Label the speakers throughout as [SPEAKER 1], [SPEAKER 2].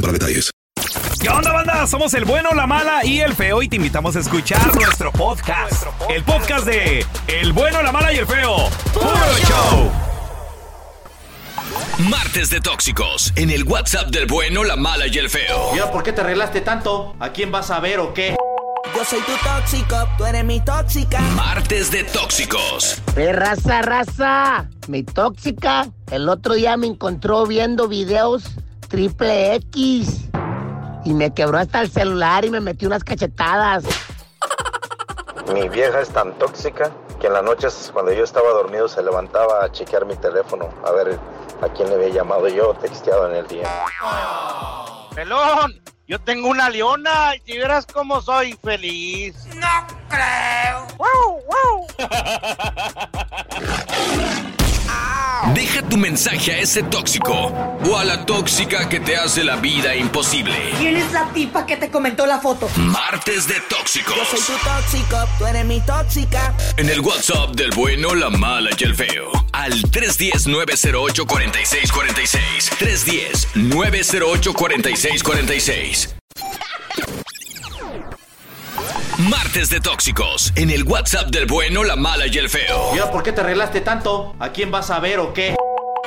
[SPEAKER 1] para detalles.
[SPEAKER 2] ¿Qué onda, banda? Somos el bueno, la mala y el feo y te invitamos a escuchar nuestro podcast. El podcast de El bueno, la mala y el feo. ¡Puro show!
[SPEAKER 3] Martes de Tóxicos en el WhatsApp del bueno, la mala y el feo.
[SPEAKER 4] ¿Y ahora por qué te arreglaste tanto? ¿A quién vas a ver o qué?
[SPEAKER 5] Yo soy tu tóxico, tú eres mi tóxica.
[SPEAKER 3] Martes de Tóxicos.
[SPEAKER 6] Eh, raza, raza, mi tóxica, el otro día me encontró viendo videos triple X y me quebró hasta el celular y me metió unas cachetadas.
[SPEAKER 7] Mi vieja es tan tóxica que en las noches cuando yo estaba dormido se levantaba a chequear mi teléfono a ver a quién le había llamado yo o texteado en el día.
[SPEAKER 8] Pelón, yo tengo una leona y si vieras cómo soy feliz. No creo. ¡Wow, wow!
[SPEAKER 3] Deja tu mensaje a ese tóxico o a la tóxica que te hace la vida imposible.
[SPEAKER 5] ¿Quién es la tipa que te comentó la foto?
[SPEAKER 3] Martes de Tóxicos.
[SPEAKER 5] Yo soy tu tóxico, tú eres mi tóxica.
[SPEAKER 3] En el WhatsApp del bueno, la mala y el feo. Al 310-908-4646. 310-908-4646. Martes de Tóxicos. En el WhatsApp del bueno, la mala y el feo.
[SPEAKER 4] ¿Y ahora por qué te arreglaste tanto? ¿A quién vas a ver o qué?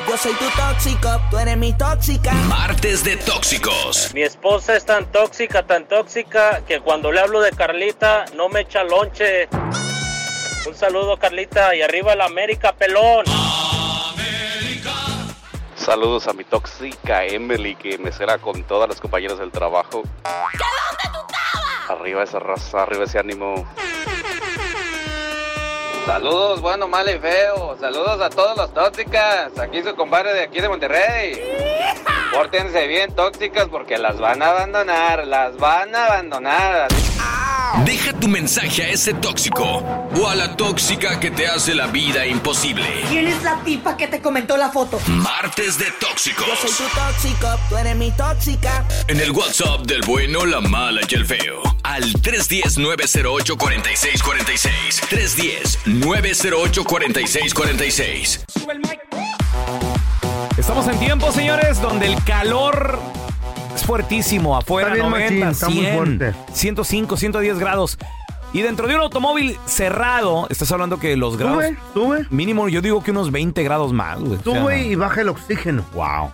[SPEAKER 5] Yo soy tu tóxico, tú eres mi tóxica.
[SPEAKER 3] Martes de Tóxicos.
[SPEAKER 8] Mi esposa es tan tóxica, tan tóxica, que cuando le hablo de Carlita no me echa lonche. Un saludo, Carlita, y arriba la América, pelón.
[SPEAKER 9] Saludos a mi tóxica Emily, que me será con todas las compañeras del trabajo. Arriba esa raza, arriba ese ánimo.
[SPEAKER 10] Saludos, bueno, mal y feo. Saludos a todas las tóxicas. Aquí su compadre de aquí de Monterrey. Pórtense bien, tóxicas, porque las van a abandonar. Las van a abandonar.
[SPEAKER 3] Deja tu mensaje a ese tóxico o a la tóxica que te hace la vida imposible.
[SPEAKER 5] ¿Quién es la tipa que te comentó la foto?
[SPEAKER 3] Martes de Tóxicos.
[SPEAKER 5] Yo soy tu tóxico, tú eres mi tóxica.
[SPEAKER 3] En el WhatsApp del bueno, la mala y el feo. Al 310-908-4646. 310-908-4646.
[SPEAKER 2] Estamos en tiempo, señores, donde el calor es fuertísimo. Afuera,
[SPEAKER 11] Está bien,
[SPEAKER 2] 90,
[SPEAKER 11] machín, está muy
[SPEAKER 2] 100,
[SPEAKER 11] fuerte.
[SPEAKER 2] 105, 110 grados. Y dentro de un automóvil cerrado, estás hablando que los grados.
[SPEAKER 11] Sube, sube.
[SPEAKER 2] Mínimo, yo digo que unos 20 grados más, güey. O sea,
[SPEAKER 11] Sube y baja el oxígeno.
[SPEAKER 2] Wow.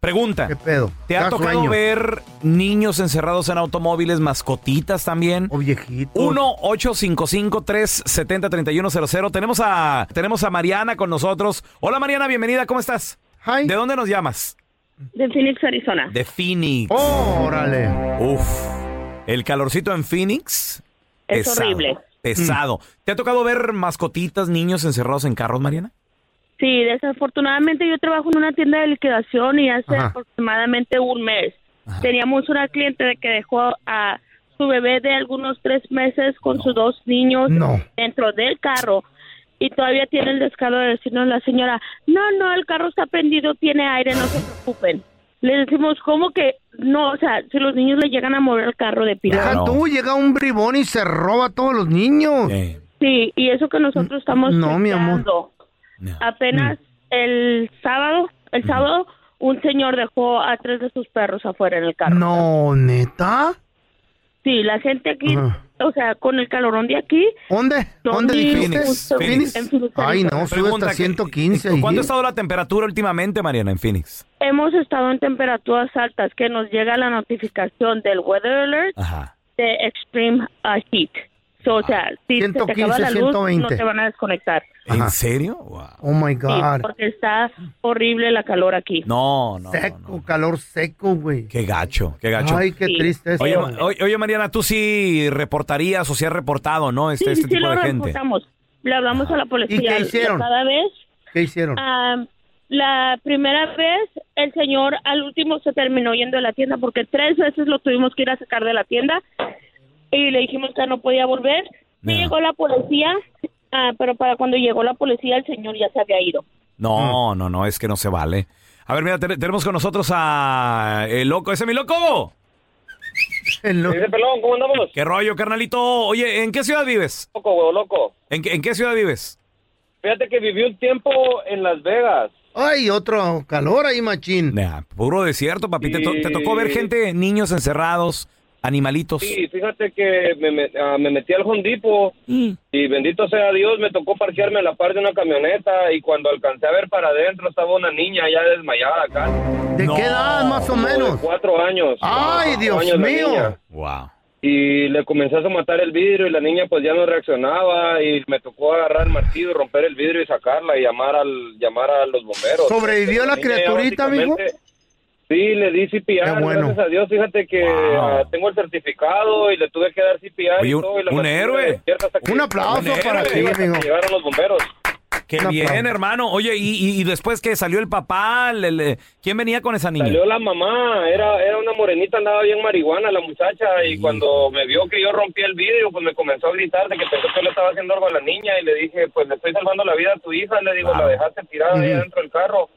[SPEAKER 2] Pregunta.
[SPEAKER 11] ¿Qué pedo?
[SPEAKER 2] ¿Te ha
[SPEAKER 11] Da
[SPEAKER 2] tocado
[SPEAKER 11] sueño.
[SPEAKER 2] ver niños encerrados en automóviles, mascotitas también?
[SPEAKER 11] O viejito.
[SPEAKER 2] 1-855-370-3100. Tenemos a, tenemos a Mariana con nosotros. Hola Mariana, bienvenida, ¿cómo estás?
[SPEAKER 11] Hi.
[SPEAKER 2] ¿De dónde nos llamas?
[SPEAKER 12] De Phoenix, Arizona.
[SPEAKER 2] De Phoenix.
[SPEAKER 11] Órale.
[SPEAKER 2] Uf. El calorcito en Phoenix.
[SPEAKER 12] Es
[SPEAKER 2] pesado,
[SPEAKER 12] horrible.
[SPEAKER 2] Pesado.
[SPEAKER 11] Mm.
[SPEAKER 2] ¿Te ha tocado ver mascotitas, niños encerrados en carros, Mariana?
[SPEAKER 12] Sí, desafortunadamente yo trabajo en una tienda de liquidación y hace
[SPEAKER 11] Ajá.
[SPEAKER 12] aproximadamente un mes teníamos una cliente de que dejó a su bebé de algunos tres meses con sus dos niños
[SPEAKER 11] No.
[SPEAKER 12] dentro del carro y todavía tiene el descaro de decirnos la señora, no, no, el carro está prendido, tiene aire, no se preocupen. Le decimos, ¿cómo que no? O sea, si los niños le llegan a mover el carro de
[SPEAKER 11] Deja
[SPEAKER 12] pirata.
[SPEAKER 11] tú, llega un bribón y se roba a todos los niños.
[SPEAKER 2] Eh,
[SPEAKER 12] Sí, y eso que nosotros estamos
[SPEAKER 11] no, mi amor. Mm.
[SPEAKER 12] chequeando. Apenas el sábado, el sábado, un señor dejó a tres de sus perros afuera en el carro.
[SPEAKER 11] No, neta.
[SPEAKER 12] Sí, la gente aquí,
[SPEAKER 11] Ajá.
[SPEAKER 12] o sea, con el calorón de aquí.
[SPEAKER 11] ¿Dónde? ¿Dónde dijiste? Phoenix.
[SPEAKER 12] En Phoenix,
[SPEAKER 11] Ay, no,
[SPEAKER 12] Arizona.
[SPEAKER 11] sube hasta 115. ahí.
[SPEAKER 2] ¿Cuánto ha estado la temperatura últimamente, Mariana, en Phoenix?
[SPEAKER 12] Hemos estado en temperaturas altas que nos llega la notificación del weather alert de extreme ah, heat. So, o sea, si se te acaba
[SPEAKER 11] 115,
[SPEAKER 12] la luz,
[SPEAKER 11] 120.
[SPEAKER 12] no te van a desconectar.
[SPEAKER 2] ¿En serio? Wow.
[SPEAKER 11] Oh my
[SPEAKER 12] Sí,
[SPEAKER 11] God.
[SPEAKER 12] porque está horrible la calor aquí.
[SPEAKER 2] No, no.
[SPEAKER 11] seco, calor seco, güey.
[SPEAKER 2] Qué gacho, qué gacho.
[SPEAKER 11] Ay, qué Sí. triste eso.
[SPEAKER 2] Oye, ma- oye, oye, Mariana, tú sí reportarías o sí has reportado, ¿no? Este,
[SPEAKER 12] Sí,
[SPEAKER 2] este
[SPEAKER 12] sí,
[SPEAKER 2] tipo
[SPEAKER 12] lo
[SPEAKER 2] de gente.
[SPEAKER 12] reportamos. Le hablamos a la policía.
[SPEAKER 11] Ah. ¿Y qué hicieron?
[SPEAKER 12] Cada vez
[SPEAKER 11] ¿Qué hicieron?
[SPEAKER 12] Am, la primera vez, el señor al último se terminó yendo de la tienda porque tres veces lo tuvimos que ir a sacar de la tienda y le dijimos que no podía volver. Sí llegó la policía, ah, pero para cuando llegó la policía el señor ya se había ido.
[SPEAKER 2] No, no, no, es que no se vale. A ver, mira, te- tenemos con nosotros a eh, el loco, ese mi loco.
[SPEAKER 11] El loco.
[SPEAKER 10] pelón, ¿cómo andamos?
[SPEAKER 2] ¿Qué rollo, carnalito? Oye, ¿en qué ciudad vives?
[SPEAKER 10] Loco, huevo, loco.
[SPEAKER 2] ¿En, qué- en qué ciudad vives?
[SPEAKER 10] Fíjate que viví un tiempo en Las Vegas.
[SPEAKER 11] Ay, otro calor ahí, machín.
[SPEAKER 2] Puro desierto, papi. Te, to- te tocó ver
[SPEAKER 10] Sí.
[SPEAKER 2] gente, niños encerrados, animalitos.
[SPEAKER 10] Sí, fíjate que me, me- ah, me metí al Hondipo
[SPEAKER 11] Mm.
[SPEAKER 10] y bendito sea Dios, me tocó parquearme a la par de una camioneta y cuando alcancé a ver para adentro estaba una niña ya desmayada acá.
[SPEAKER 11] ¿De qué edad más o
[SPEAKER 10] Como de
[SPEAKER 11] menos?
[SPEAKER 10] cuatro años.
[SPEAKER 11] Ay,
[SPEAKER 10] Cuatro
[SPEAKER 11] Dios
[SPEAKER 10] años la
[SPEAKER 11] mío.
[SPEAKER 10] niña.
[SPEAKER 2] Wow.
[SPEAKER 10] Y le comencé a matar el vidrio y la niña pues ya no reaccionaba y me tocó agarrar el martillo, romper el vidrio y sacarla y llamar al llamar a los bomberos.
[SPEAKER 11] ¿Sobrevivió la
[SPEAKER 10] niña ya
[SPEAKER 11] criaturita, mijo?
[SPEAKER 10] básicamente- Sí, le di CPR,
[SPEAKER 11] Qué bueno.
[SPEAKER 10] gracias a Dios, fíjate que
[SPEAKER 2] Wow.
[SPEAKER 10] ah, tengo el certificado y le tuve que dar CPR
[SPEAKER 2] Oye,
[SPEAKER 10] y
[SPEAKER 2] un-
[SPEAKER 10] todo. Y la
[SPEAKER 2] un
[SPEAKER 10] mantuve
[SPEAKER 2] héroe.
[SPEAKER 10] despierta hasta que-
[SPEAKER 2] Un aplauso
[SPEAKER 10] Un héroe,
[SPEAKER 2] para ti,
[SPEAKER 10] hasta que
[SPEAKER 2] mijo.
[SPEAKER 10] Llegaron los bomberos.
[SPEAKER 2] Qué
[SPEAKER 10] Un
[SPEAKER 2] bien,
[SPEAKER 10] aplauso.
[SPEAKER 2] hermano. Oye, y, y- y después que salió el papá, le- le- ¿quién venía con esa niña?
[SPEAKER 10] Salió la mamá, era, era una morenita, andaba bien marihuana la muchacha
[SPEAKER 11] Mm.
[SPEAKER 10] y cuando me vio que yo rompí el vidrio, pues me comenzó a gritar de que pensó que le estaba haciendo algo a la niña y le dije, pues le estoy salvando la vida a tu hija, le digo, la dejaste tirada ahí dentro del carro.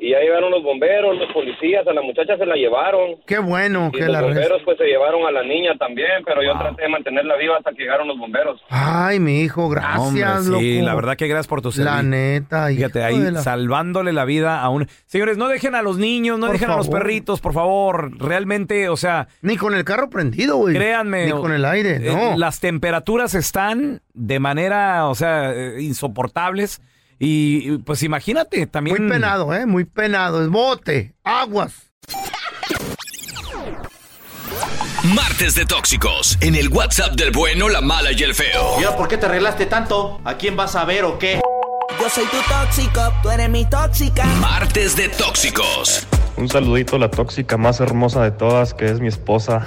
[SPEAKER 10] Y ya llegaron los bomberos, los policías, a la muchacha se la llevaron.
[SPEAKER 11] Qué bueno
[SPEAKER 10] Y
[SPEAKER 11] que
[SPEAKER 10] los
[SPEAKER 11] la res-
[SPEAKER 10] bomberos pues se llevaron a la niña también, pero yo traté de mantenerla viva hasta que llegaron los bomberos.
[SPEAKER 11] Ay, mi hijo, gracias,
[SPEAKER 2] Hombre, sí,
[SPEAKER 11] loco.
[SPEAKER 2] la verdad que gracias por tu servicio.
[SPEAKER 11] La neta,
[SPEAKER 2] Fíjate, ahí
[SPEAKER 11] de la-
[SPEAKER 2] salvándole la vida a un... Señores, no dejen a los niños, no
[SPEAKER 11] Por
[SPEAKER 2] dejen a los
[SPEAKER 11] favor.
[SPEAKER 2] perritos, por favor. Realmente, o sea...
[SPEAKER 11] Ni con el carro prendido, güey.
[SPEAKER 2] Créanme.
[SPEAKER 11] Ni con el aire,
[SPEAKER 2] eh,
[SPEAKER 11] no.
[SPEAKER 2] Las temperaturas están de manera, o sea, eh, insoportables. Y y, pues imagínate, también...
[SPEAKER 11] Muy penado, ¿eh? Muy penado. Es bote, aguas.
[SPEAKER 3] Martes de Tóxicos en el WhatsApp del bueno, la mala y el feo.
[SPEAKER 4] ¿Y ahora por qué te arreglaste tanto? ¿A quién vas a ver o qué?
[SPEAKER 5] Yo soy tu tóxico, tú eres mi tóxica.
[SPEAKER 3] Martes de Tóxicos.
[SPEAKER 13] Un saludito a la tóxica más hermosa de todas, que es mi esposa.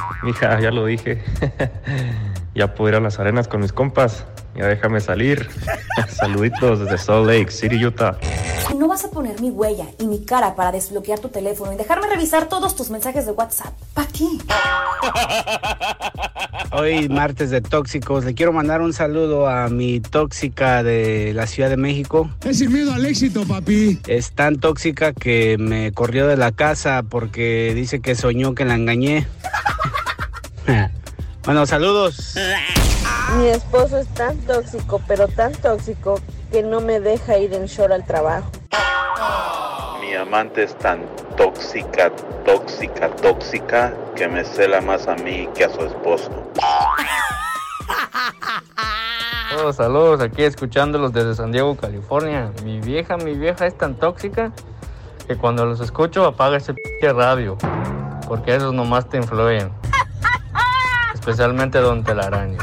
[SPEAKER 13] Mija, ya lo dije. ya puedo ir a las arenas con mis compas. Ya déjame salir. Saluditos desde Salt Lake City, Utah.
[SPEAKER 14] No vas a poner mi huella y mi cara para desbloquear tu teléfono y dejarme revisar todos tus mensajes de WhatsApp. ¿Para qué?
[SPEAKER 15] Hoy martes de tóxicos, le quiero mandar un saludo a mi tóxica de la Ciudad de México.
[SPEAKER 16] Es sin miedo al éxito, papi.
[SPEAKER 15] Es tan tóxica que me corrió de la casa porque dice que soñó que la engañé. bueno, saludos.
[SPEAKER 17] Mi esposo es tan tóxico, pero tan tóxico, que no me deja ir en short al trabajo.
[SPEAKER 18] Mi amante es tan tóxica, tóxica, tóxica que me cela más a mí que a su esposo.
[SPEAKER 19] Saludos, saludos, aquí escuchándolos desde San Diego, California. Mi vieja, mi vieja es tan tóxica que cuando los escucho apaga ese p radio, porque esos nomás te influyen. Especialmente Don Telaraño.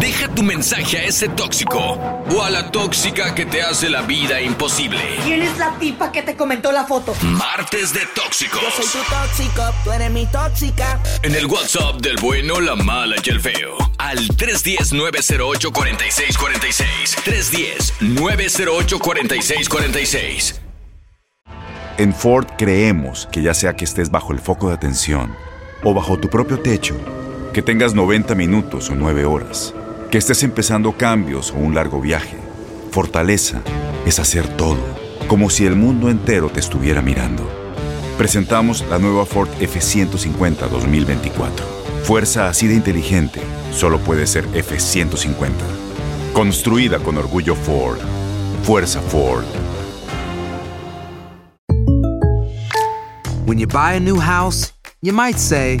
[SPEAKER 3] Deja tu mensaje a ese tóxico o a la tóxica que te hace la vida imposible.
[SPEAKER 5] ¿Quién es la tipa que te comentó la foto?
[SPEAKER 3] Martes de
[SPEAKER 5] Yo soy tu
[SPEAKER 3] Tóxicos.
[SPEAKER 5] tóxico, tú eres mi tóxica.
[SPEAKER 3] En el WhatsApp del bueno, la mala y el feo. Al 310-908-4646. 310-908-4646.
[SPEAKER 20] En Ford creemos que ya sea que estés bajo el foco de atención o bajo tu propio techo, que tengas 90 minutos o 9 horas, que estés empezando cambios o un largo viaje, fortaleza es hacer todo como si el mundo entero te estuviera mirando. presentamos la nueva Ford F150 2024. Fuerza así de inteligente solo puede ser F150. Construida con orgullo Ford. Fuerza Ford.
[SPEAKER 21] When you buy a new house, you might say,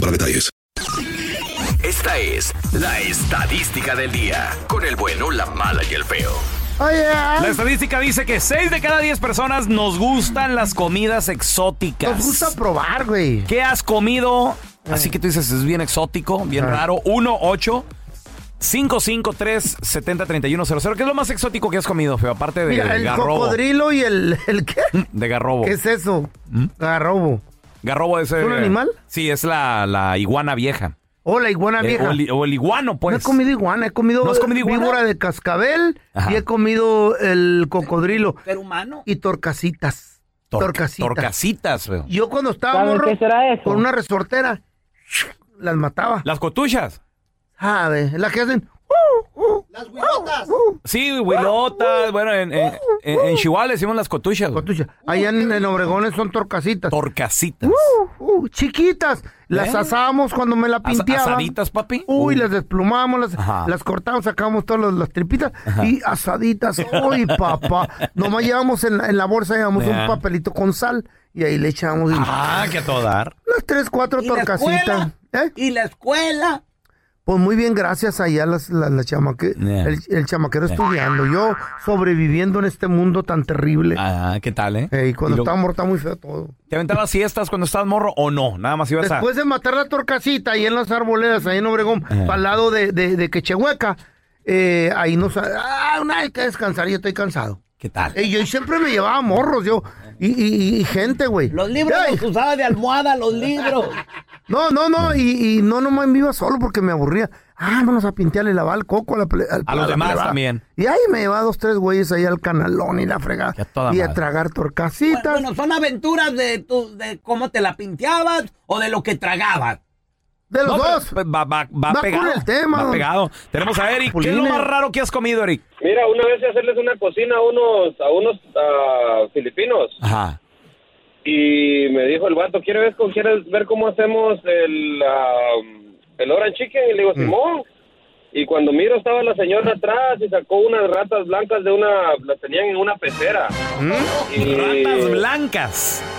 [SPEAKER 1] para detalles.
[SPEAKER 3] Esta es la estadística del día. Con el bueno, la mala y el feo.
[SPEAKER 2] La estadística dice que 6 de cada 10 personas nos gustan las comidas exóticas.
[SPEAKER 11] Nos gusta probar, güey. Eh.
[SPEAKER 2] ¿Qué has comido? Así que tú dices, es bien exótico, bien raro. 1, 8, 5, 5, 3, 70, 31, 00. ¿Qué es lo más exótico que has comido, feo? Aparte de
[SPEAKER 11] Mira, el
[SPEAKER 2] garrobo.
[SPEAKER 11] cocodrilo y el, el qué?
[SPEAKER 2] De garrobo. ¿Mm?
[SPEAKER 11] ¿Qué es eso? Garrobo.
[SPEAKER 2] Garrobo es...
[SPEAKER 11] ¿Es un
[SPEAKER 2] eh,
[SPEAKER 11] animal?
[SPEAKER 2] Sí, es la, la iguana vieja.
[SPEAKER 11] O la iguana
[SPEAKER 2] Eh,
[SPEAKER 11] vieja.
[SPEAKER 2] o el- o el iguano, pues.
[SPEAKER 11] No he comido iguana, he comido,
[SPEAKER 2] ¿No has comido iguana?
[SPEAKER 11] víbora de cascabel
[SPEAKER 2] Ajá.
[SPEAKER 11] y he comido el cocodrilo.
[SPEAKER 5] Pero humano.
[SPEAKER 11] Y torcasitas.
[SPEAKER 2] Tor-
[SPEAKER 11] torcasitas.
[SPEAKER 2] Torcasitas, feo.
[SPEAKER 11] Yo cuando estaba
[SPEAKER 2] ¿Saben
[SPEAKER 11] morro,
[SPEAKER 2] qué será eso?
[SPEAKER 11] con una resortera, las mataba.
[SPEAKER 2] Las cotuchas.
[SPEAKER 11] ¿Sabe? Las que hacen... Las huevotas.
[SPEAKER 2] Sí, huilotas. Bueno, en, en, en- en Chihuahua le decimos las cotuchas.
[SPEAKER 11] Cotuchas. Allá en, en Obregones son torcasitas.
[SPEAKER 2] Torcasitas.
[SPEAKER 11] Uh, uh, chiquitas. Las
[SPEAKER 2] ¿Eh?
[SPEAKER 11] asábamos cuando me la pinteaban.
[SPEAKER 2] asaditas, papi? Uh.
[SPEAKER 11] Uy, las desplumábamos, las, las cortábamos, sacábamos todas las, las tripitas y asaditas. Uy, papá. Nomás llevamos en la, en la bolsa, llevamos
[SPEAKER 2] Ya.
[SPEAKER 11] un papelito con sal y ahí le echamos. y-
[SPEAKER 2] Ah, que a todo dar.
[SPEAKER 11] Unas tres, cuatro
[SPEAKER 5] la
[SPEAKER 11] torcasitas.
[SPEAKER 5] escuela? ¿Y la escuela?
[SPEAKER 11] Pues muy bien, gracias allá las, las, las chamaque- el, el chamaquero estudiando. Yo sobreviviendo en este mundo tan terrible.
[SPEAKER 2] Ah, ¿qué tal, eh?
[SPEAKER 11] y cuando
[SPEAKER 2] Y lo-
[SPEAKER 11] estaba muerta muy feo todo.
[SPEAKER 2] ¿Te aventabas siestas cuando estabas morro o no? Nada más ibas a...
[SPEAKER 11] Después de matar la torcasita ahí en las arboledas, ahí en Obregón,
[SPEAKER 2] Ajá.
[SPEAKER 11] al lado de, de, de Quechehueca, eh, ahí nos... Ah, una hay que descansar, yo estoy cansado.
[SPEAKER 2] ¿Qué tal?
[SPEAKER 11] Y yo siempre me llevaba morros, yo, y, y- y gente, güey. Los
[SPEAKER 5] libros los usaba de almohada, los libros.
[SPEAKER 11] No, no, no, y, y no nomás me iba solo porque me aburría. Ah, vamos a pintearle la el coco a la ple- al-
[SPEAKER 2] A los
[SPEAKER 11] la
[SPEAKER 2] demás
[SPEAKER 11] plebada.
[SPEAKER 2] también.
[SPEAKER 11] Y ahí me llevaba dos, tres güeyes ahí al canalón y la fregada.
[SPEAKER 2] toda
[SPEAKER 11] y a
[SPEAKER 2] madre.
[SPEAKER 11] tragar torcasitas.
[SPEAKER 5] Bueno, son aventuras de, tu, de cómo te la pinteabas o de lo que tragabas.
[SPEAKER 11] De
[SPEAKER 2] los dos. pues, Va, va- va
[SPEAKER 5] Va
[SPEAKER 2] pegado.
[SPEAKER 5] con el tema,
[SPEAKER 2] Va
[SPEAKER 5] don-
[SPEAKER 2] pegado. Tenemos a Eric. ¿Qué es lo
[SPEAKER 5] Pulines.
[SPEAKER 2] más raro que has comido, Eric?
[SPEAKER 10] Mira, una vez fui a hacerles una cocina a unos, a unos ah, filipinos
[SPEAKER 2] Ajá.
[SPEAKER 10] y me dijo el vato, ¿quieres ver, co- quieres ver cómo hacemos el, ah, el orange chicken? Y le
[SPEAKER 11] Mm.
[SPEAKER 10] digo, Simón. Y cuando miro estaba la señora atrás y sacó unas ratas blancas de una, las tenían en una pecera.
[SPEAKER 11] ¿Mm?
[SPEAKER 10] Y-
[SPEAKER 2] Ratas blancas.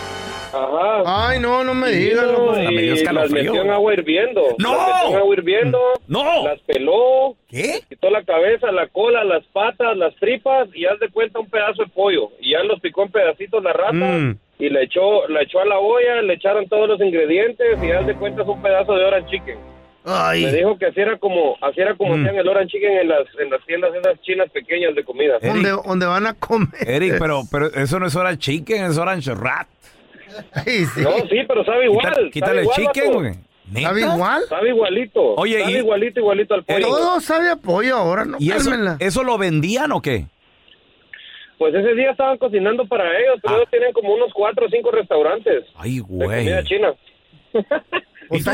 [SPEAKER 10] Ajá.
[SPEAKER 11] Ay, no, no me digas,
[SPEAKER 10] Y
[SPEAKER 11] loco. Hasta me dio
[SPEAKER 10] las
[SPEAKER 11] escalofrío.
[SPEAKER 10] metió en agua hirviendo.
[SPEAKER 11] ¡No!
[SPEAKER 10] Las metió en agua hirviendo.
[SPEAKER 2] ¡No!
[SPEAKER 10] Las peló.
[SPEAKER 2] ¿Qué?
[SPEAKER 10] Quitó la cabeza, la cola, las patas, las tripas y haz de cuenta un pedazo de pollo. Y ya los picó en pedacitos la rata. Y le echó, la echó a la olla, le echaron todos los ingredientes y haz de cuenta es un pedazo de orange chicken.
[SPEAKER 11] Ay.
[SPEAKER 10] Me dijo que así era como, así era como
[SPEAKER 2] Mm.
[SPEAKER 10] hacían el orange chicken en las, en las tiendas esas chinas pequeñas de comida.
[SPEAKER 11] Donde, donde van a comer.
[SPEAKER 2] Eric, pero, pero eso no es orange chicken, es orange rat.
[SPEAKER 10] No, sí, pero sabe igual.
[SPEAKER 2] Quita-
[SPEAKER 10] sabe
[SPEAKER 2] quítale el
[SPEAKER 10] igual,
[SPEAKER 2] chicken,
[SPEAKER 10] vato.
[SPEAKER 2] güey. ¿Neta?
[SPEAKER 11] ¿Sabe igual?
[SPEAKER 10] Sabe igualito.
[SPEAKER 2] Oye,
[SPEAKER 10] sabe
[SPEAKER 2] y-
[SPEAKER 10] igualito, igualito al pollo.
[SPEAKER 11] Todo sabe a pollo ahora, no
[SPEAKER 2] ¿Y eso,
[SPEAKER 11] cálmenla.
[SPEAKER 2] eso lo vendían o qué?
[SPEAKER 10] Pues ese día estaban cocinando para ellos,
[SPEAKER 2] Ah.
[SPEAKER 10] pero ellos tienen como unos cuatro o cinco restaurantes
[SPEAKER 2] Ay,
[SPEAKER 10] de comida
[SPEAKER 2] güey.
[SPEAKER 10] china.
[SPEAKER 2] ¿Y tú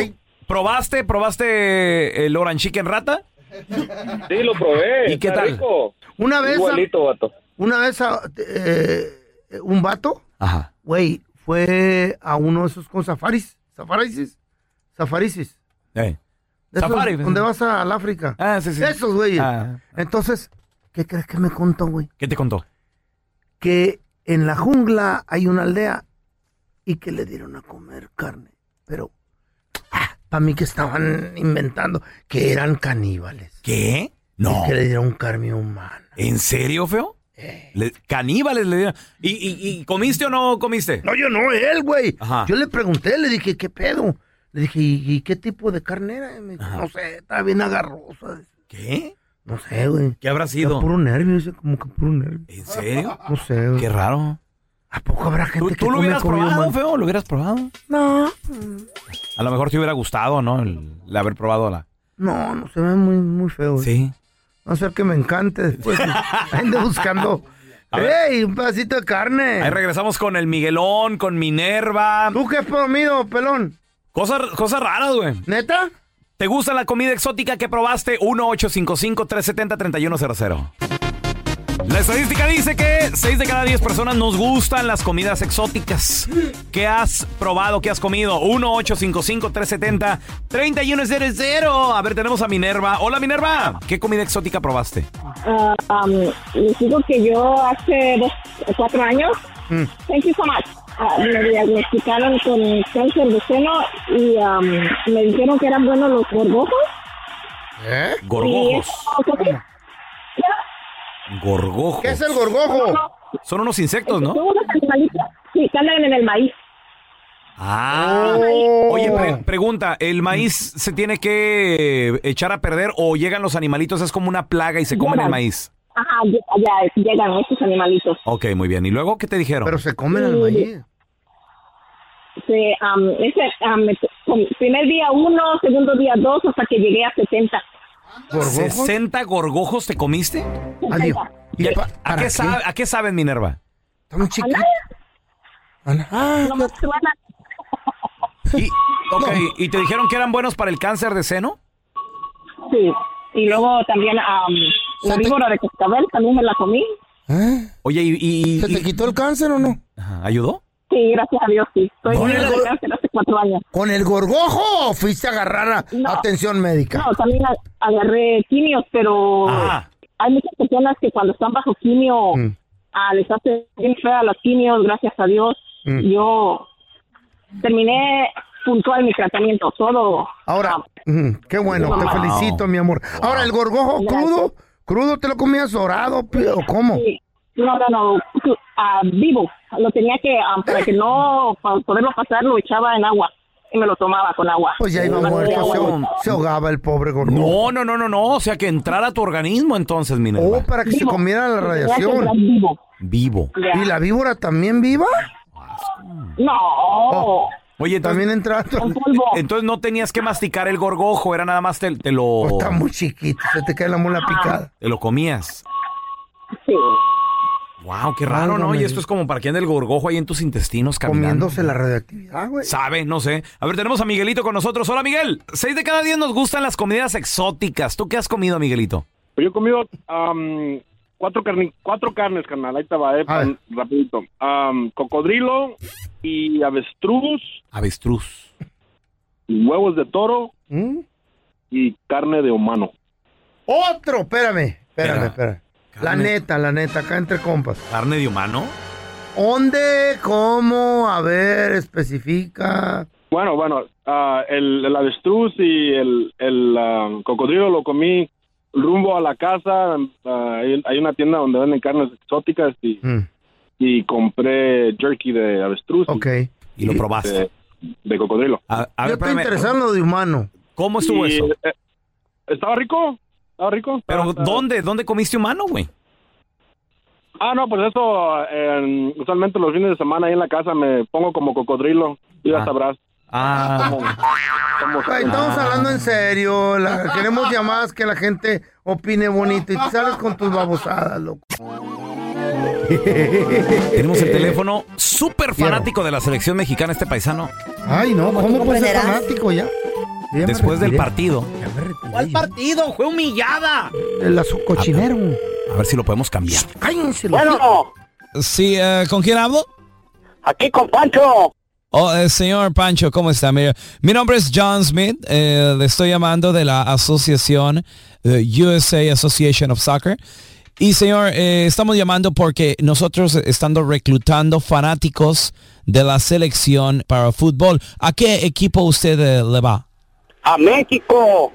[SPEAKER 2] ¿Probaste, probaste el orange chicken rata?
[SPEAKER 10] Sí, lo probé.
[SPEAKER 2] ¿Y qué
[SPEAKER 10] está
[SPEAKER 2] tal?
[SPEAKER 10] rico.
[SPEAKER 11] Una vez. a-
[SPEAKER 10] Igualito, vato.
[SPEAKER 11] Una vez a- eh, un vato,
[SPEAKER 2] Ajá.
[SPEAKER 11] güey, fue a uno de esos con safaris. Safarisis. Safarisis.
[SPEAKER 2] Eh.
[SPEAKER 11] De esos
[SPEAKER 2] Safari, pues.
[SPEAKER 11] Donde vas a- al África.
[SPEAKER 2] Ah, sí, sí.
[SPEAKER 11] Esos, güeyes.
[SPEAKER 2] Ah.
[SPEAKER 11] Entonces, ¿qué crees que me contó, güey?
[SPEAKER 2] ¿Qué te contó?
[SPEAKER 11] Que en la jungla hay una aldea y que le dieron a comer carne. Pero, ah, para mí que estaban inventando que eran caníbales.
[SPEAKER 2] ¿Qué? No.
[SPEAKER 11] Que le dieron carne humana.
[SPEAKER 2] ¿En serio, feo?
[SPEAKER 11] Eh.
[SPEAKER 2] Le- caníbales le dieron. ¿Y, y, y comiste o no comiste?
[SPEAKER 11] No, yo no, eh. él, güey.
[SPEAKER 2] Ajá.
[SPEAKER 11] Yo le pregunté, le dije, ¿qué pedo? Le dije, ¿y, y qué tipo de carne era? Y me dijo, no sé, estaba bien agarrosa.
[SPEAKER 2] ¿Qué?
[SPEAKER 11] No sé, güey.
[SPEAKER 2] ¿Eh? ¿Qué habrá
[SPEAKER 11] Era
[SPEAKER 2] sido?
[SPEAKER 11] puro nervio, ese, como que puro nervio.
[SPEAKER 2] ¿En serio?
[SPEAKER 11] No sé, güey.
[SPEAKER 2] Qué raro.
[SPEAKER 11] ¿A poco habrá gente
[SPEAKER 2] ¿Tú,
[SPEAKER 11] que
[SPEAKER 2] tú lo
[SPEAKER 11] come
[SPEAKER 2] hubieras
[SPEAKER 11] comida
[SPEAKER 2] probado,
[SPEAKER 11] humana?
[SPEAKER 2] feo? ¿Lo hubieras probado?
[SPEAKER 11] No.
[SPEAKER 2] A lo mejor te hubiera gustado, ¿no? El, el haber probado la.
[SPEAKER 11] No, no se ve muy, muy feo.
[SPEAKER 2] Sí.
[SPEAKER 11] No ser que me encante después. Ando buscando.
[SPEAKER 2] A ver.
[SPEAKER 11] ¡Ey! Un pedacito de carne.
[SPEAKER 2] Ahí regresamos con el Miguelón, con Minerva.
[SPEAKER 11] ¿Tú qué has comido, pelón?
[SPEAKER 2] Cosas, cosas raras, güey.
[SPEAKER 11] ¿Neta?
[SPEAKER 2] ¿Te gusta la comida exótica que probaste? 1-855-370-3100. La estadística dice que 6 de cada 10 personas nos gustan las comidas exóticas. ¿Qué has probado? ¿Qué has comido? 1-855-370-3100. A ver, tenemos a Minerva. Hola, Minerva. ¿Qué comida exótica probaste?
[SPEAKER 22] Ah, um, les digo que yo hace dos, cuatro años, thank you so much, ah, me diagnosticaron con cáncer de seno y um, me dijeron que eran buenos los gorgojos.
[SPEAKER 11] ¿Eh?
[SPEAKER 2] Gorgojos. Gorgojo.
[SPEAKER 22] ¿Qué es el gorgojo?
[SPEAKER 2] Son unos insectos, ¿no?
[SPEAKER 22] Son unos animalitos sí, que andan en el maíz.
[SPEAKER 2] Ah. Oye, pre- pregunta, ¿el maíz se tiene que echar a perder o llegan los animalitos? Es como una plaga y se comen el
[SPEAKER 22] Llegan.
[SPEAKER 2] maíz.
[SPEAKER 22] Ajá, ya, ya llegan estos animalitos.
[SPEAKER 2] Ok, muy bien. ¿Y luego qué te dijeron? Pero
[SPEAKER 11] se comen
[SPEAKER 22] el maíz. Se, um, ese, um, me to- com- primer día uno, segundo día dos, hasta que llegué a 70.
[SPEAKER 11] ¿Gorgojos?
[SPEAKER 2] ¿60 gorgojos te comiste?
[SPEAKER 11] Adiós.
[SPEAKER 2] ¿Y a, a qué
[SPEAKER 11] qué?
[SPEAKER 2] sabe- a qué saben, Minerva?
[SPEAKER 11] Estamos chiquitos. Ah,
[SPEAKER 22] No me suena.
[SPEAKER 2] Y, ok, ¿y te dijeron que eran buenos para el cáncer de seno?
[SPEAKER 22] Sí. Y luego también um, la víbora de cascabel también me la comí.
[SPEAKER 2] Oye, ¿y, y-
[SPEAKER 22] ¿Se te
[SPEAKER 2] y-
[SPEAKER 22] quitó el cáncer o no?
[SPEAKER 2] Ajá, ayudó?
[SPEAKER 22] Sí, gracias a Dios, sí. Estoy
[SPEAKER 11] ¿Con
[SPEAKER 22] libre
[SPEAKER 11] el
[SPEAKER 22] de
[SPEAKER 11] gor-
[SPEAKER 22] cáncer hace cuatro años.
[SPEAKER 11] ¿Con el gorgojo o fuiste a agarrar a-
[SPEAKER 22] No.
[SPEAKER 11] atención médica?
[SPEAKER 22] No, también a- agarré quimios, pero
[SPEAKER 11] Ah.
[SPEAKER 22] hay muchas personas que cuando están bajo quimio
[SPEAKER 11] Mm.
[SPEAKER 22] ah, les hace bien fea los quimios, gracias a Dios.
[SPEAKER 11] Mm.
[SPEAKER 22] Yo terminé puntual mi tratamiento, todo. ah,
[SPEAKER 11] Ahora, Mm, qué bueno, te
[SPEAKER 22] Wow.
[SPEAKER 11] felicito, mi amor. Ahora, ¿el gorgojo crudo? ¿Crudo te lo comías dorado pe- o cómo?
[SPEAKER 22] No, no, no, tú- ah, vivo. Lo tenía que, ah, para que no, para poderlo pasar, lo echaba en agua y me lo tomaba con agua.
[SPEAKER 11] Pues ya iba
[SPEAKER 22] Más que
[SPEAKER 11] muerto,
[SPEAKER 22] agua.
[SPEAKER 11] se, se ahogaba el pobre gorgojo.
[SPEAKER 2] No, no, no, no, no. O sea, que entrara a tu organismo entonces, Minerva.
[SPEAKER 11] Oh, para que se comiera la radiación.
[SPEAKER 2] Vivo.
[SPEAKER 11] ¿Y la víbora también viva?
[SPEAKER 22] No.
[SPEAKER 2] Oye, entonces,
[SPEAKER 11] Oh. También entra.
[SPEAKER 2] entonces no tenías que masticar el gorgojo, era nada más te, te lo...
[SPEAKER 11] Pues Está muy chiquito, se te cae la mula picada.
[SPEAKER 2] Te lo comías.
[SPEAKER 22] Sí.
[SPEAKER 2] Wow, qué raro, ¿no?
[SPEAKER 11] Válgame
[SPEAKER 2] Y esto
[SPEAKER 11] Dios.
[SPEAKER 2] es como para que ande el gorgojo ahí en tus intestinos caminando.
[SPEAKER 11] Comiéndose la radioactividad, güey.
[SPEAKER 2] Sabe, no sé. A ver, tenemos a Miguelito con nosotros. Hola, Miguel. Seis de cada diez nos gustan las comidas exóticas. ¿Tú qué has comido, Miguelito?
[SPEAKER 23] Pues yo he comido am, cuatro, carni- cuatro carnes, carnal. Ahí te va, eh, pan- rapidito. Am, cocodrilo y avestruz,
[SPEAKER 2] Avestruz.
[SPEAKER 23] y huevos de toro
[SPEAKER 11] ¿Mm?
[SPEAKER 23] y carne de humano.
[SPEAKER 11] Otro, espérame, espérame, espérame. La
[SPEAKER 23] Carne.
[SPEAKER 11] neta, la neta, acá entre compas.
[SPEAKER 2] ¿Carne de humano?
[SPEAKER 11] ¿Dónde? ¿Cómo? A ver, especifica.
[SPEAKER 23] Bueno, bueno, ah, el, el avestruz y el, el, am, cocodrilo lo comí rumbo a la casa. Ah, hay, hay una tienda donde venden carnes exóticas y,
[SPEAKER 11] Mm,
[SPEAKER 23] y compré jerky de avestruz.
[SPEAKER 11] Ok.
[SPEAKER 2] Y lo probaste.
[SPEAKER 23] De, de cocodrilo.
[SPEAKER 2] A
[SPEAKER 11] Yo estoy interesado en lo de humano.
[SPEAKER 2] ¿Cómo estuvo
[SPEAKER 23] Y,
[SPEAKER 2] eso?
[SPEAKER 23] eh, estaba rico, estaba rico.
[SPEAKER 2] Pero
[SPEAKER 23] Estaba-
[SPEAKER 2] ¿dónde? ¿Dónde comiste humano, güey?
[SPEAKER 23] Ah, no, pues eso, eh, usualmente los fines de semana ahí en la casa me pongo como cocodrilo, y ya
[SPEAKER 2] Ah.
[SPEAKER 23] sabrás.
[SPEAKER 2] Ah.
[SPEAKER 11] Güey, estamos hablando en serio. la- queremos llamadas que la gente opine bonito. Y tú sales con tus babosadas, loco.
[SPEAKER 2] Tenemos el teléfono súper fanático de la selección mexicana, este paisano.
[SPEAKER 11] Ay, no, ¿cómo puedes ser fanático ya? me
[SPEAKER 2] Después del
[SPEAKER 11] retiré.
[SPEAKER 2] partido.
[SPEAKER 5] ¿Cuál partido? ¡Fue humillada!
[SPEAKER 11] El azu- cochinero.
[SPEAKER 2] A ver si lo podemos cambiar.
[SPEAKER 11] Cállense,
[SPEAKER 5] Bueno,
[SPEAKER 7] Sí, eh, ¿con quién hablo?
[SPEAKER 5] aquí con Pancho.
[SPEAKER 7] Oh, eh, señor Pancho, ¿cómo está? Mira, mi nombre es John Smith, eh, le estoy llamando de la asociación eh, USA Association of Soccer. Y señor, eh, estamos llamando porque nosotros estamos reclutando fanáticos de la selección para fútbol. ¿A qué equipo usted eh, le va?
[SPEAKER 8] a México.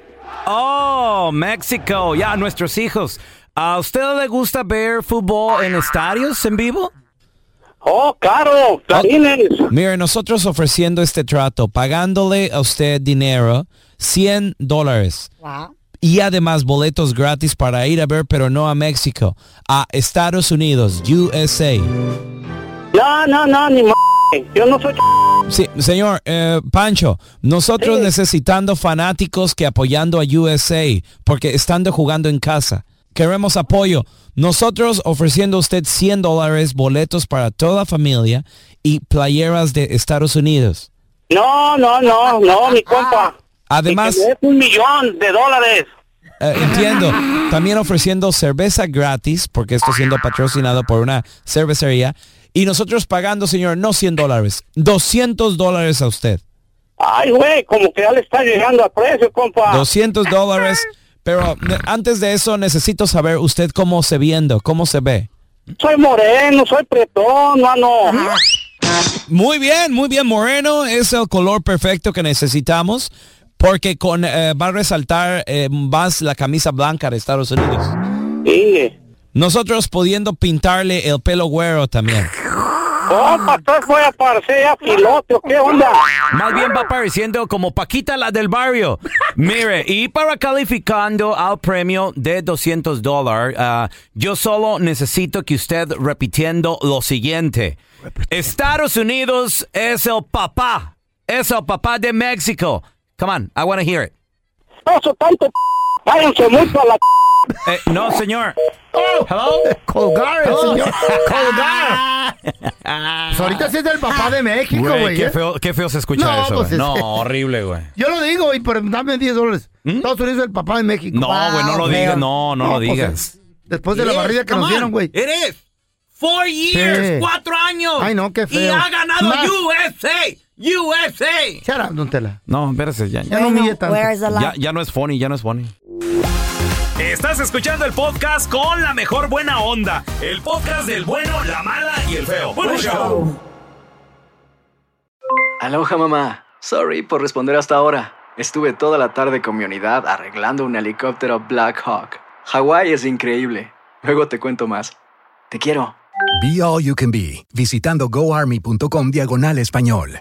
[SPEAKER 2] Oh, México, ya, nuestros hijos. ¿A usted le gusta ver fútbol en estadios en vivo?
[SPEAKER 8] Oh, claro, clarines.
[SPEAKER 7] Mire, nosotros ofreciendo este trato, pagándole a usted dinero, 100 dólares. Y además boletos gratis para ir a ver, pero no a México, a Estados Unidos, USA.
[SPEAKER 8] No, no, no, ni m Yo no soy
[SPEAKER 7] Sí, señor, eh, Pancho, nosotros necesitando fanáticos que apoyando a USA, porque estando jugando en casa. Queremos apoyo. Nosotros ofreciendo a usted 100 dólares, boletos para toda familia y playeras de Estados Unidos.
[SPEAKER 8] No, no, no, no, mi compa.
[SPEAKER 7] Además-
[SPEAKER 8] Es un millón de dólares.
[SPEAKER 7] Eh, entiendo. También ofreciendo cerveza gratis, porque esto siendo patrocinado por una cervecería. Y nosotros pagando, señor, no 100 dólares, 200 dólares a usted.
[SPEAKER 8] Ay, güey, como que ya le está llegando al precio, compa.
[SPEAKER 7] 200 dólares. Pero ne- antes de eso necesito saber usted cómo se viendo, cómo se ve.
[SPEAKER 8] Soy moreno, soy pretón, mano.
[SPEAKER 7] Muy bien, muy bien. Moreno es el color perfecto que necesitamos porque con, eh, va a resaltar eh, más la camisa blanca de Estados Unidos. Nosotros pudiendo pintarle el pelo güero también.
[SPEAKER 8] Oh, pastor, voy a parecer a piloto, ¿qué onda?
[SPEAKER 2] Más bien va apareciendo como Paquita la del barrio. Mire, y para calificando al premio de 200 dólares, yo solo necesito que usted repitiendo lo siguiente. Estados Unidos es el papá. Es el papá de México. Come on, I want to hear it.
[SPEAKER 8] Eso tanto, p- váyanse mucho a la...
[SPEAKER 2] Eh, no, señor. Hello?
[SPEAKER 11] Colgar, el
[SPEAKER 2] Hello? Ah.
[SPEAKER 11] señor. Colgar. Pues ahorita sí es del papá de México,
[SPEAKER 2] Güey,
[SPEAKER 11] güey.
[SPEAKER 2] qué,
[SPEAKER 11] ¿eh?
[SPEAKER 2] feo, qué feo se escucha
[SPEAKER 11] No,
[SPEAKER 2] eso.
[SPEAKER 11] pues
[SPEAKER 2] güey.
[SPEAKER 11] es
[SPEAKER 2] no,
[SPEAKER 11] que-
[SPEAKER 2] horrible, güey.
[SPEAKER 11] Yo lo digo, y pero dame 10 dólares. Estados Unidos es el papá de México.
[SPEAKER 2] ¿Mm? No, güey, no lo
[SPEAKER 11] Wow,
[SPEAKER 2] digas.
[SPEAKER 11] feo.
[SPEAKER 2] No, no, lo
[SPEAKER 11] pues,
[SPEAKER 2] digas.
[SPEAKER 11] Después de la barrilla que nos dieron, güey.
[SPEAKER 2] Eres. Four
[SPEAKER 11] years, Sí. cuatro
[SPEAKER 2] años.
[SPEAKER 11] Ay, no, qué feo. Y ha ganado Más.
[SPEAKER 2] USA, USA.
[SPEAKER 11] Shut up, Ah, don Tela.
[SPEAKER 2] No, espérese, ya,
[SPEAKER 11] Ya no mide tanto.
[SPEAKER 2] ya, ya no es funny, ya no es funny. Estás escuchando el podcast con la mejor buena onda. El podcast del bueno, la mala y el feo. Bueno, show.
[SPEAKER 8] Aloha mamá. Sorry por responder hasta ahora. Estuve toda la tarde con mi unidad arreglando un helicóptero Black Hawk. Hawái es increíble. Luego te cuento más. Te quiero.
[SPEAKER 9] Be All You Can Be, visitando goarmy.com diagonal español.